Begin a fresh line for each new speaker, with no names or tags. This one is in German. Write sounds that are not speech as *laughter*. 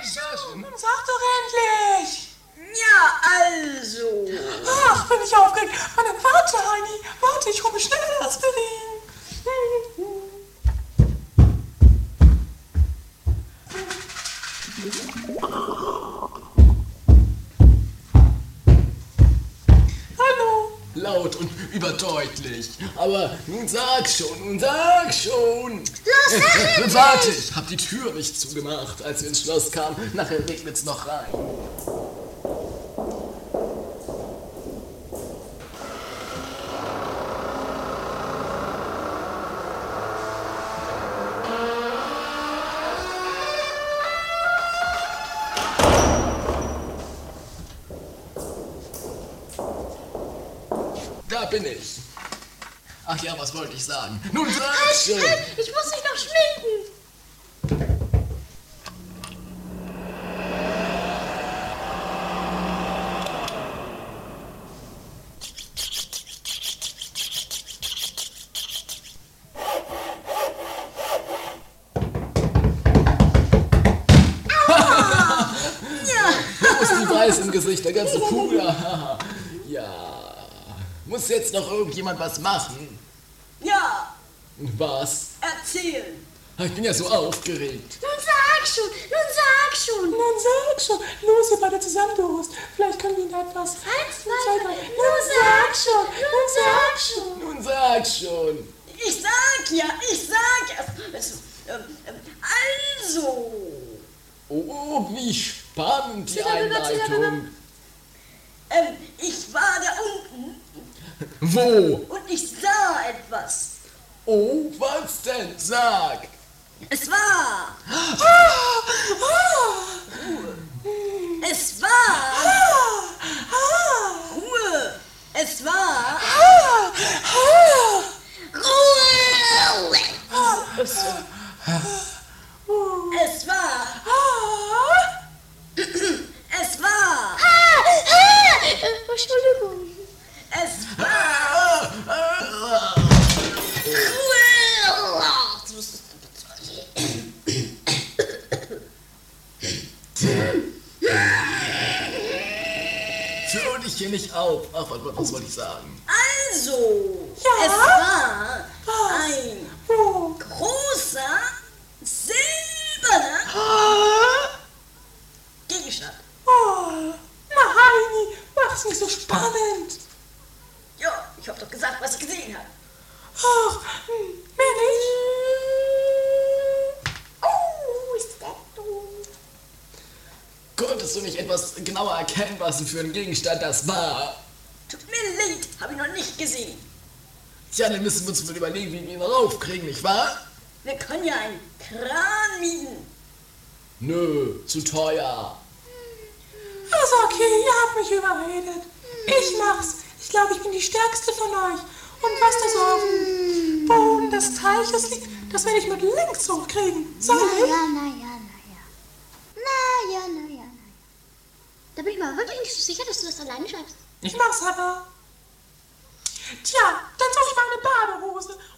Nun sag doch endlich!
Ja, also.
Ach, bin ich aufgeregt. Warte, warte, Heini. Warte, ich hole schnell das Berlin. Hallo.
Laut und überdeutlich. Aber nun sag schon, nun sag schon.
Los, sag endlich!
Warte, ich hab die Tür nicht zugemacht, als wir ins Schloss kamen. Nachher regnet's noch rein. Da bin ich. Ach ja, was wollte ich sagen? Nun sag
Halt,
schon.
halt, ich muss mich noch schminken.
Wo ist die Weiß im Gesicht? Der ganze Puder. *laughs* ja. Muss jetzt noch irgendjemand was machen?
Ja,
Was? Ah,
erzählen.
Ich bin ja so aufgeregt.
Nun sag schon, nun sag schon.
Nun sag schon. Los, ihr beide zusammengelost. Vielleicht können wir ihnen etwas.
Halt,
Zwei,
zwei,
drei.
Nun sag schon, nun
Nun
sag schon.
sag schon.
Ich sag ja, ich sag es. es ähm, ähm, also.
Oh, wie spannend die
Zitterbibber,
Einleitung.
zitterbibber. Ähm, ich war da unten
Wo?
und ich sah etwas.
Oh, was denn? Sag.
*gasps*
Es war. Es war. Ruhe. Es war. Ruhe. Es war. Es war. ah.
Entschuldigung.
Es war.
Ah, ah, ah. Führ dich hier nicht auf. Ach, warte, was wollte ich sagen?
Also,
Ja?
es war
Was?
ein
Wo?
großer silberner
Ah.
Gegenstand.
Oh, na Heini, mach's nicht so spannend.
Ja, ich hab doch gesagt, was ich gesehen habe.
Ach, hm, Mensch. Oh, ist das dumm.
Konntest du nicht etwas genauer erkennen, was für ein Gegenstand das war?
Tut mir leid, habe ich noch nicht gesehen.
Tja, dann müssen wir uns mal überlegen, wie wir ihn raufkriegen, nicht wahr?
Wir können ja einen Kran mieten.
Nö, zu teuer.
Also okay, ihr habt mich überredet. Ich mach's. Ich glaube, ich bin die Stärkste von euch. Und was da so auf dem Boden des Teiches liegt, das werde ich mit links hochkriegen. Soll ich?
Naja, naja, naja. Naja, naja, naja. Da bin ich mir wirklich nicht so sicher, dass du das alleine schaffst.
Ich mach's aber. Tja, dann suche ich meine Badehose